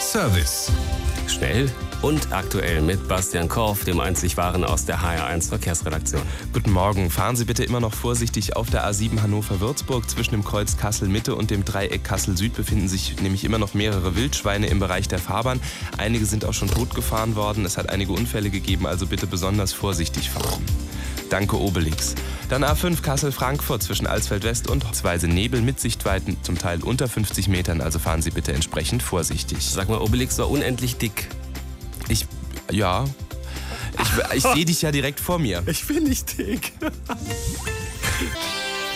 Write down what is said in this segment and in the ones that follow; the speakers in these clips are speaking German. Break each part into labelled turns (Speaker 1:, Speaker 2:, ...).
Speaker 1: Service.
Speaker 2: Schnell und aktuell mit Bastian Korf, dem einzig Wahren aus der HR1 Verkehrsredaktion.
Speaker 3: Guten Morgen. Fahren Sie bitte immer noch vorsichtig auf der A7 Hannover-Würzburg. Zwischen dem Kreuz Kassel-Mitte und dem Dreieck Kassel-Süd befinden sich nämlich immer noch mehrere Wildschweine im Bereich der Fahrbahn. Einige sind auch schon totgefahren worden. Es hat einige Unfälle gegeben, also bitte besonders vorsichtig fahren. Danke Obelix. Dann A5 Kassel-Frankfurt zwischen Alsfeld-West und Hochsweise Nebel mit Sichtweiten zum Teil unter 50 Metern, also fahren Sie bitte entsprechend vorsichtig.
Speaker 2: Sag mal, Obelix war unendlich dick.
Speaker 3: Ich, ja, ich, ich sehe dich ja direkt vor mir.
Speaker 1: Ich bin nicht dick.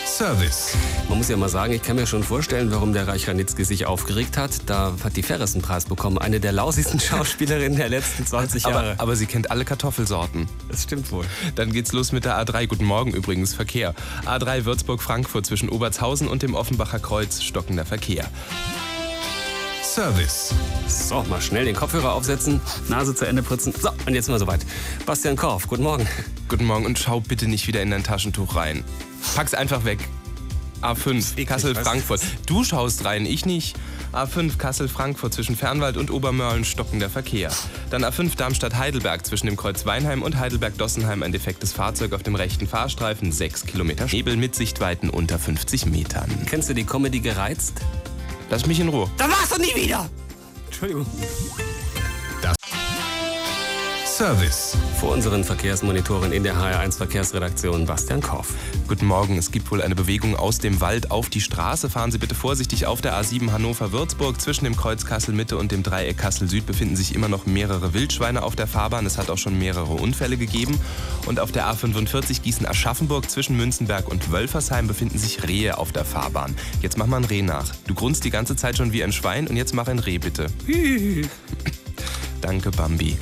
Speaker 1: Service.
Speaker 2: Man muss ja mal sagen, ich kann mir schon vorstellen, warum der Reich Ranitzky sich aufgeregt hat. Da hat die Ferris einen Preis bekommen. Eine der lausigsten Schauspielerinnen der letzten 20 Jahre.
Speaker 3: Aber, aber sie kennt alle Kartoffelsorten.
Speaker 2: das stimmt wohl.
Speaker 3: Dann geht's los mit der A3. Guten Morgen übrigens, Verkehr. A3 Würzburg-Frankfurt zwischen Obertshausen und dem Offenbacher Kreuz, stockender Verkehr.
Speaker 1: Service.
Speaker 2: So, mal schnell den Kopfhörer aufsetzen, Nase zu Ende putzen. So, und jetzt mal soweit. Bastian Korf, guten Morgen.
Speaker 3: Guten Morgen und schau bitte nicht wieder in dein Taschentuch rein. Pack's einfach weg. A5 Kassel-Frankfurt. Du schaust rein, ich nicht. A5 Kassel-Frankfurt zwischen Fernwald und Obermörlen stockender Verkehr. Dann A5 Darmstadt-Heidelberg zwischen dem Kreuz Weinheim und Heidelberg-Dossenheim ein defektes Fahrzeug auf dem rechten Fahrstreifen, 6 Kilometer Nebel mit Sichtweiten unter 50 Metern.
Speaker 2: Kennst du die Comedy gereizt?
Speaker 3: Lass mich in Ruhe.
Speaker 2: Da warst du nie wieder! Entschuldigung.
Speaker 1: Service.
Speaker 2: Vor unseren Verkehrsmonitoren in der HR1 Verkehrsredaktion Bastian Korf.
Speaker 3: Guten Morgen. Es gibt wohl eine Bewegung aus dem Wald auf die Straße. Fahren Sie bitte vorsichtig auf der A7 Hannover-Würzburg. Zwischen dem Kreuz Kassel-Mitte und dem Dreieck Kassel-Süd befinden sich immer noch mehrere Wildschweine auf der Fahrbahn. Es hat auch schon mehrere Unfälle gegeben. Und auf der A45 Gießen-Aschaffenburg zwischen Münzenberg und Wölfersheim befinden sich Rehe auf der Fahrbahn. Jetzt mach mal ein Reh nach. Du grunzt die ganze Zeit schon wie ein Schwein und jetzt mach ein Reh bitte. Danke, Bambi.